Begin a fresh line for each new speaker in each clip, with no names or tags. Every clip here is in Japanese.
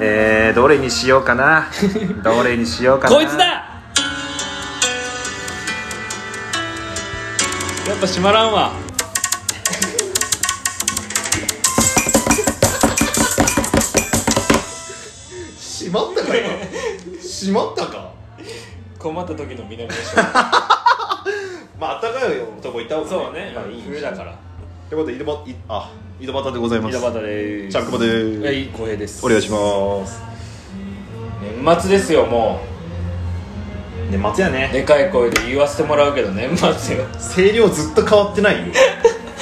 えー、どれにしようか などれにしようかな
こいつだやっぱ閉まらんわ
閉まったか今閉まったか
困った時の南でしょ
まああったかいとこ行った方が
そうね、
まあ、いい
冬だから
ということで井戸端いあ井戸端でございま
井
す
戸端です
チャックボです
はい浩平です
お願いします
年末ですよも
年末や
う
ね
でかい声で言わせてもらうけど年末よ
声量ずっと変わってないよ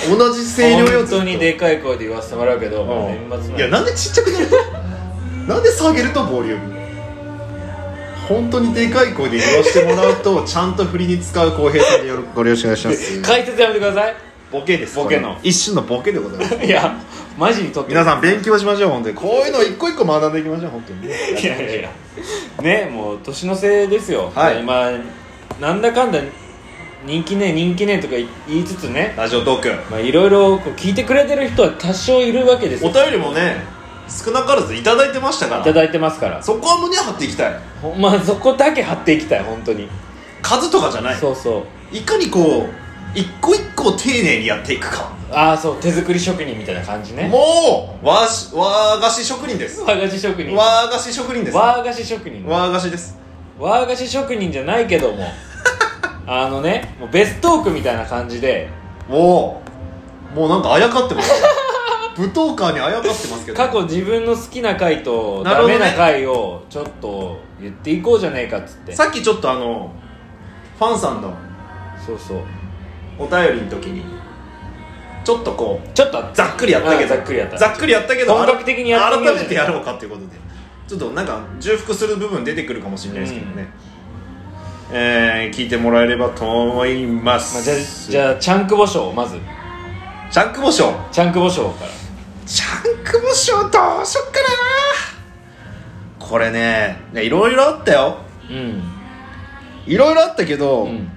同じ声量
本
よずっと
当にでかい声で言わせてもらうけど、もう
うん
年末
いやなんでちっちゃくなるのなんで下げるとボリューム本当にでかい声で言わせてもらうとちゃんと振りに使う公平さんでよろご了承お願いします
解説やめてください
ボケです
ボケの
これ一種のボケでございます
いやマジにとって
皆さん勉強しましょう本当にこういうの一個一個学んでいきましょう本当に
いやいやいやねもう年の瀬ですよ
はい
まあなんだかんだ人気ね人気ねとか言いつつね
ラジオトーク
まあいろいろこう聞いてくれてる人は多少いるわけです
お
よ
便りもね少なからずいただいてましたか
いた
ら
だいてますから
そこは胸張っていきたい
ほんまあそこだけ貼っていきたい本当に、
数とかじゃない
そうそう
いかにこう一個一個丁寧にやっていくか
ああそう手作り職人みたいな感じね
もう和し和菓子職人です
和菓子職人
和菓子職人です和
和菓子職人
菓子です
和菓子職人じゃないけど もあのねもうベストークみたいな感じで
もうもうなんかあやかって ますよ舞踏家にあやかってますけど
過去自分の好きな回と
なる
ダ
ほど
メ
ね
な回をちょっと言っていこうじゃねえかっつって
さっきちょっとあのファンさんの
そうそう
お便りの時にちょっとこう
ちょっと
ざっくりやったけど
あざっくりやった
ざっくりやったけど
本格的にやってみよう
改めてやろうかっていうことでちょっとなんか重複する部分出てくるかもしれないですけどね、えー聞いてもらえればと思います、
まあ、じゃあじゃあチャンクボ賞まず
あチャンクボ賞
チャンクボ賞から
チャンクボ賞どうしよっかなこれねねいろいろあったよ
うん、
いろいろあったけど、
うん、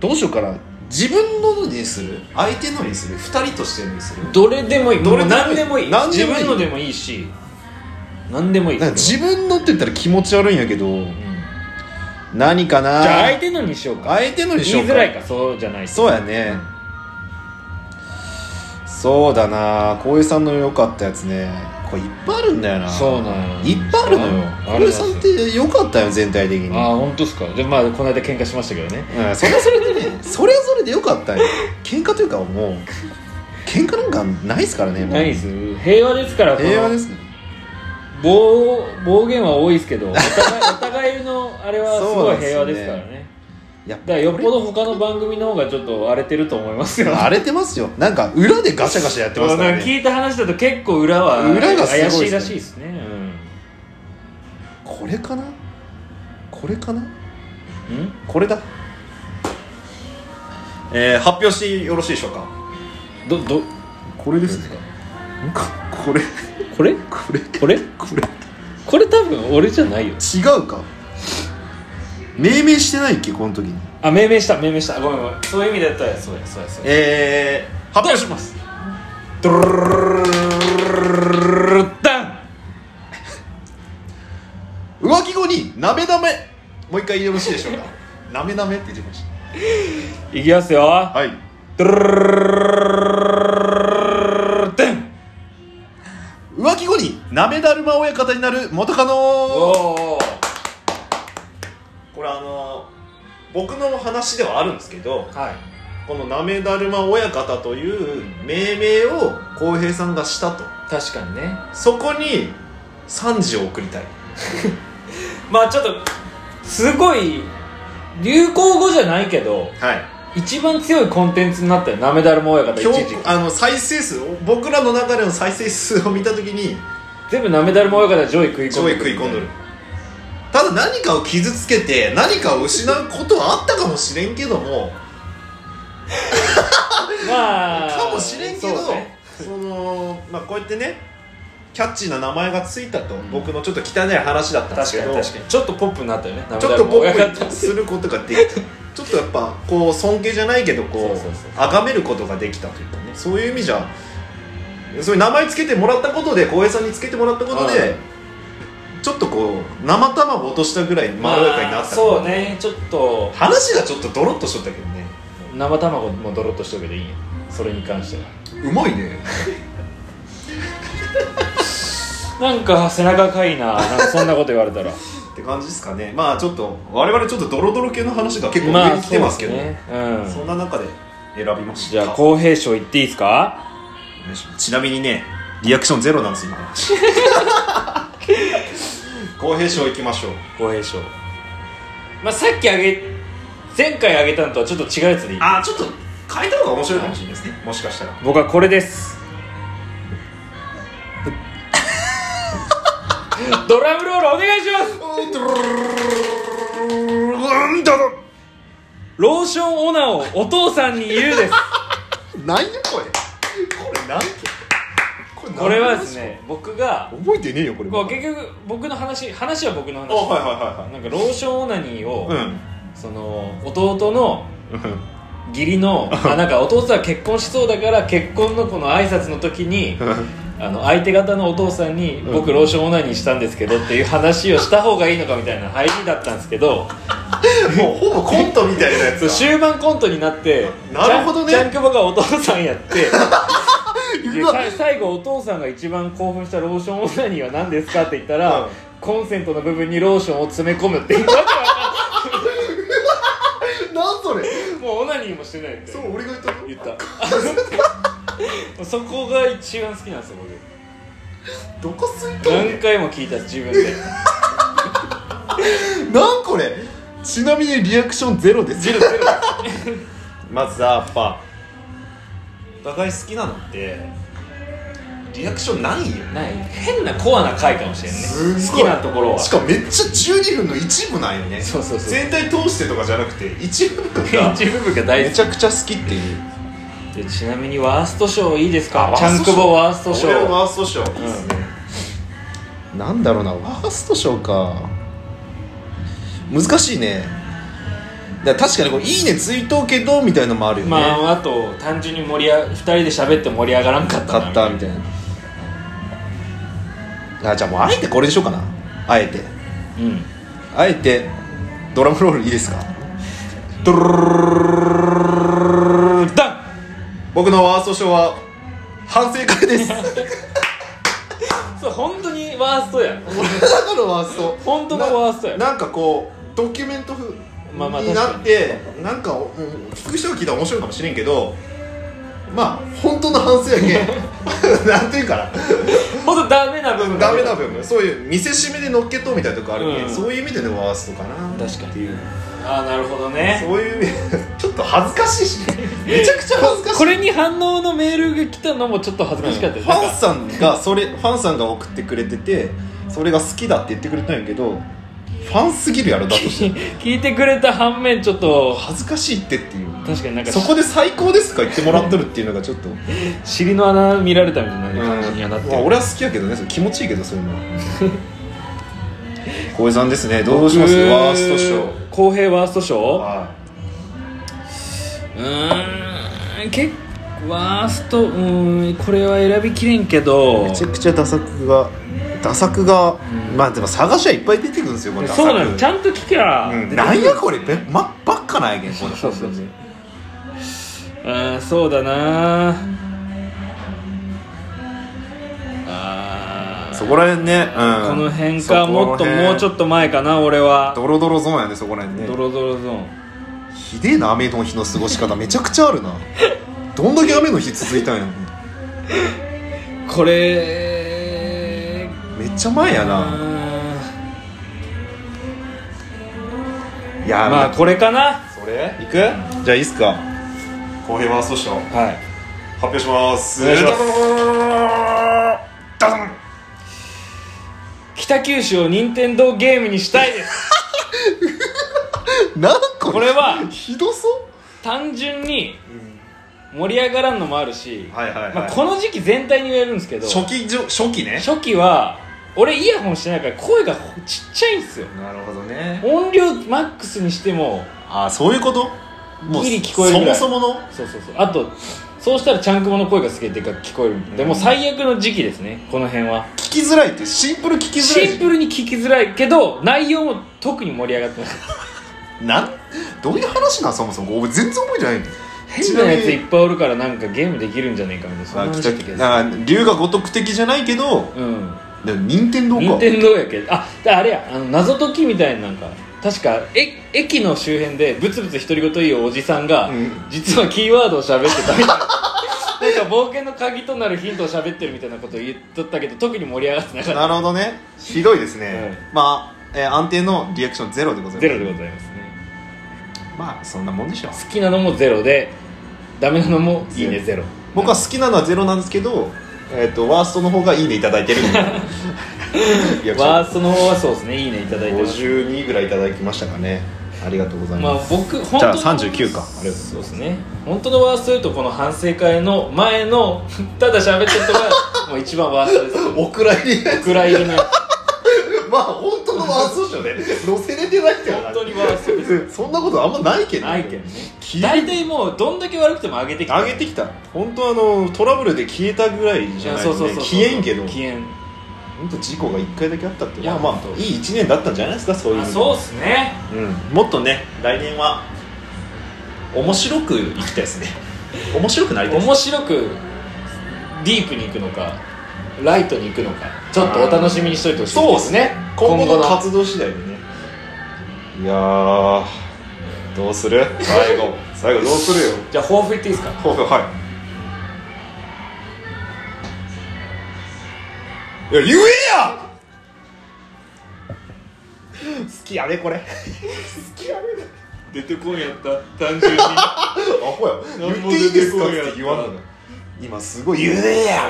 どうしようかな自分のにする相手のにする二人としてのにする
どれでもいい
どれでもい
も
い
う何でもいい自
何でもいい
分のでもいいし何でもいい
なんか自分のって言ったら気持ち悪いんやけど
うんじ
何かな
ゃあ相手のにしようか
相手のにしよ
言い
うか
づらいかそうじゃないと
そうやねそうだな浩平さんの良かったやつねこれいっぱいあるんだよな
そうなん
いっぱいあるのよ
あ
浩平さんって良かったよ全体的に
ああ本当ですかでまあこの間喧嘩しましたけどね
うんそれはそれでねそれはそれで良かったよ喧嘩というかもう喧嘩なんかないですからねもう
何です平和ですから
平和ですすね
暴暴言は多いですけどお互いお互いのあれはすごい平和ですからね
やっ
だからよっぽど他の番組の方がちょっと荒れてると思いますよ
荒れてますよなんか裏でガシャガシャやってますから
なんか
ね
聞いた話だと結構裏は
裏がすご
怪し
いっすね
いらしいですね
これかなこれかな
うんん
これだえー、発表してよろしいでしょうか
どど
これですかここれ
これ
これ
これ
これ
これ多分俺じゃないよ
違うか命名してないっけこの時に
あ命名した命名したごめんごめんそういう意味だったらそうやそうやそうや
えー、発表します
ドルルダン
浮気後になめなめもう一回よろしいでしょうかなめなめって言ってまし
いきますよ、
たはい
ドルルルルン
浮気後になめだるま親方になる元カノ
おお
これあの僕の話ではあるんですけど
はい
このなめだるま親方という命名を浩平さんがしたと
確かにね
そこに賛辞を送りたい
まあちょっとすごい流行語じゃないけど
はい
一番強いコンテンツになったよなめだるま親方一
今
時
日
期
あの再生数僕らの中での再生数を見た時に
全部なめだるま親方上位食い込ん
上
で
位食い込んどるただ何かを傷つけて何かを失うことはあったかもしれんけども
まあ
かもしれんけど
そう
そ,、
ね
のまあこうやってねキャッチーな名前がついたと、
ん
僕のちょっと汚い話だったんです
確
け
か
ど
に確かにちょっとポップになったよね
ちょっと僕
なめだるま親
に
方
することができたちょっとやっぱこう尊敬じゃないけど
そ
こ
うそうそう
う崇めることができたというかねそういう意味じゃそれ名前つけてもらったことで浩平さんにつけてもらったこと
はい
でちょっとこう生卵落としたぐらいまろやかにな
まあ
ったから
そうねちょっと
話がちょっとドロッとしとったけどね
生卵もドロッとしとるけどいいんやそれに関しては
うまいね
なんか背中かいななんかそんなこと言われたら
って感じですかねまあちょっと我々ちょっとドロドロ系の話が 結構上に来てますけど、
ま
ね
あそうです
そ
ね
んな中で選びま
うん
し
じ
た
ゃあ公平賞いっていいですか
ちなみにねリアクションゼロなんです 今公平賞いきましょう
公平賞まあさっきあげ前回あげたのとはちょっと違うやつでいい
あちょっと変えた方が面白いかもしれないですねもしかしたら
僕はこれです ドラムロールお願いしますローションオナをお父さんに言うです
何やこれこれ何これ
これはですね僕が
覚えてねえよこれ
こう結局僕の話話は僕の話
あはいは
なんかローションオナニーを、
いはいはい
その弟の
うん
義理のあなんかお父さん結婚しそうだから結婚のこの挨拶の時にあの相手方のお父さんに「
ん
僕ローションオナニーしたんですけど」っていう話をした方がいいのかみたいな入りだったんですけど
もうほぼコントみたいなやつ
そう
だ
終盤コントになって
なるほどね
ジャンジャンクボがお父さんやってで
うわ
さ最後お父さんが一番興奮したローションオナニーは何ですかって言ったら、
うん
コンセントの部分にローションを詰め込むって いうわけわか
なんそれ
んないもうオナニーもしてないみたいな
そう俺が言った
言ったそこが一番好きなんですよ
どこすい
僕
とんね
何回も聞いた自分で
んなんこれちなみにリアクションゼロです
ゼロゼロ
まずさやっぱお互い好きなのってリアクションないよ
ない変なコアな回かもしれんね
す
好
ごい
きなところは
しかもめっちゃ12分の一部なんよね
そうそうそう
全体通してとかじゃなくて一部分が
一部分が大
め
好
ちゃくちゃ好きっていう
きでちなみにワースト賞いいですか
あ
チャンクボワースト賞
俺はワースト賞いいですね、なんだろうなワースト賞か難しいねだから確かにこう「いいね」ついとうけどみたいのもあるよね、
まああと単純に盛り上2人で喋って盛り上がらんかったな
買ったみたいなあじゃあもうあえてこれにしようかなあえて
うん
あえてドラムロールいいですかドルルルルルルルルルル
ダン
僕のワースト賞は反省会です
そう本当にワースト や
俺の中のワースト
本当のワーストや
なんかこうドキュメント風
まあまあ
になってなんかおうん聞く人が聞いたら面白いかもしれんけどまあ本当の反省やけなんていうかな
本当ダメな部分
ダメな部分そういう見せしめで乗っけとみたいなとこあるけ、
うん
ん、そういう意味でのワーストかな
確かに
っていう
ああなるほどね
そういう意 味ちょっと恥ずかしいしねめちゃくちゃ恥ずかしい
これに反応のメールが来たのもちょっと恥ずかしかった
う
で
ん
す
ファンさんがそれファンさんが送ってくれててそれが好きだって言ってくれたんやけどファンすぎるやろだと して
聞いてくれた反面ちょっと
恥ずかしいってっていう
確かになんか
そこで最高ですか言ってもらっとるっていうのがちょっと、うん
尻の穴見られたみたいな感じにはなって
まあ、
る
俺は好きやけどねそれ気持ちいいけどそういうのは浩平さんですねどうします
僕
ワースト賞
公平ワースト賞
は
うーん結構ワーストうーんこれは選びきれんけど
いめちゃくちゃダサ作がダサ作が、
うん
まあでも探しはいっぱい出てくるんですよこれ
そうなの
ダ
ちゃ
サ
んと聞きゃ、
作うん、なんやこれべ、ま、ばっかなんやけんこれ
そうそうそうあーそうだなあー
そこら辺ね、うん、
この辺かもっともうちょ
っ
っと前かな俺は
ドロドロゾーンやねそこら辺ね
ドロドロゾーン
ひでえな雨の日の過ごし方めちゃくちゃあ るなどんだけ雨の日続いたんや
これ
めっちゃ前やな
あ
いや
ー
ー
まあこれかな
それいくじゃあいいっすか公平ワースト賞発
はい
表します
お願いします
ダダン
北九州を任天堂ゲームにしたいです
なん これ
これは
ひどそ
単純に盛り上がらんのもあるし、
うはいはいはい、
まあ、この時期全体に言えるんですけど
初期じょ初期ね
初期は俺イヤホンしてないから声がちっちゃいんですよ
なるほどね
音量マックスにしても
ああそういうこともう
ギリ聞こえるぐらい
そもそもの
そうそうそうあとそうしたらちゃんくまの声がすげえでかく聞こえるでも最悪の時期ですねこの辺は
聞きづらいってシンプル聞きづらい
シンプルに聞きづらいけど内容も特に盛り上がってない
ルなんどういう話なんそもそも俺全然覚えてないんだよ
変なやついっぱいおるからなんかゲームできるんじゃねえかみたいなそん
あ
な
来
話
た
だ
っ
った
け
けど
あ龍が如く的じゃないけど
うん
でも任天堂か
任天堂やけどあだからあれやあの謎解きみたいななんか確かえ駅の周辺でブツブツ独り言言うおじさんが、
うん
実はキーワードを喋ってたみたいな なんか冒険の鍵となるヒントを喋ってるみたいなことを言っとったけど特に盛り上がってなかった
なるほどねひどいですね、まあ、えー安定のリアクションゼロでございます
ゼロでございますね
まあそんなもんでしょう
好きなのもゼロでダメなのもいいねゼロ
僕は好きなのはゼロなんですけど、えー、とワーストの方がいいねいただいて るみたいなリアクショ
ワーストの方はそうですねいいねいただいて
ン
ます
52ぐらいいただきましたかねありがとうござい
まあ
ます、
僕本
じ
当
ゃあ
の
39かありがとうございます
そうですね本当のワースト言うとこの反省会の前の ただ喋ってる人 がもう一番ワーストです
お蔵入り
お蔵入りのや
まあ本当のワーストでしょね載せれてないん
つ
だよな
本当にワーストです
そんなことあんまないけど
ないけどね
消え
大体もうどんだけ悪くても上げてきた
上げてきた本当あのトラブルで消えたぐらいじゃない
そう
と
そう
ね
そう
消えんけど
消えん
本当事故が1回だけあったって
いや
ま
本
あまあ
当
いい1年だったんじゃないですかそういう意
あ
味で
そうっすね
うん、もっとね来年は面白くいきたいですね面白くなりたいです
面白くディープに行くのかライトに行くのかちょっとお楽しみにしといてほしい
そうですね今後
今後
の
の
活動次第でねいや ーどうする最後最後どうするよ
じゃあ抱負言っていいですか
抱負はいいや言えや好きやねこれ 好きやね
出てこんやった単純に
アホや
なん
言
ぼ
っていいですかっ
出てこいや
て言わんのよ今すごい言えや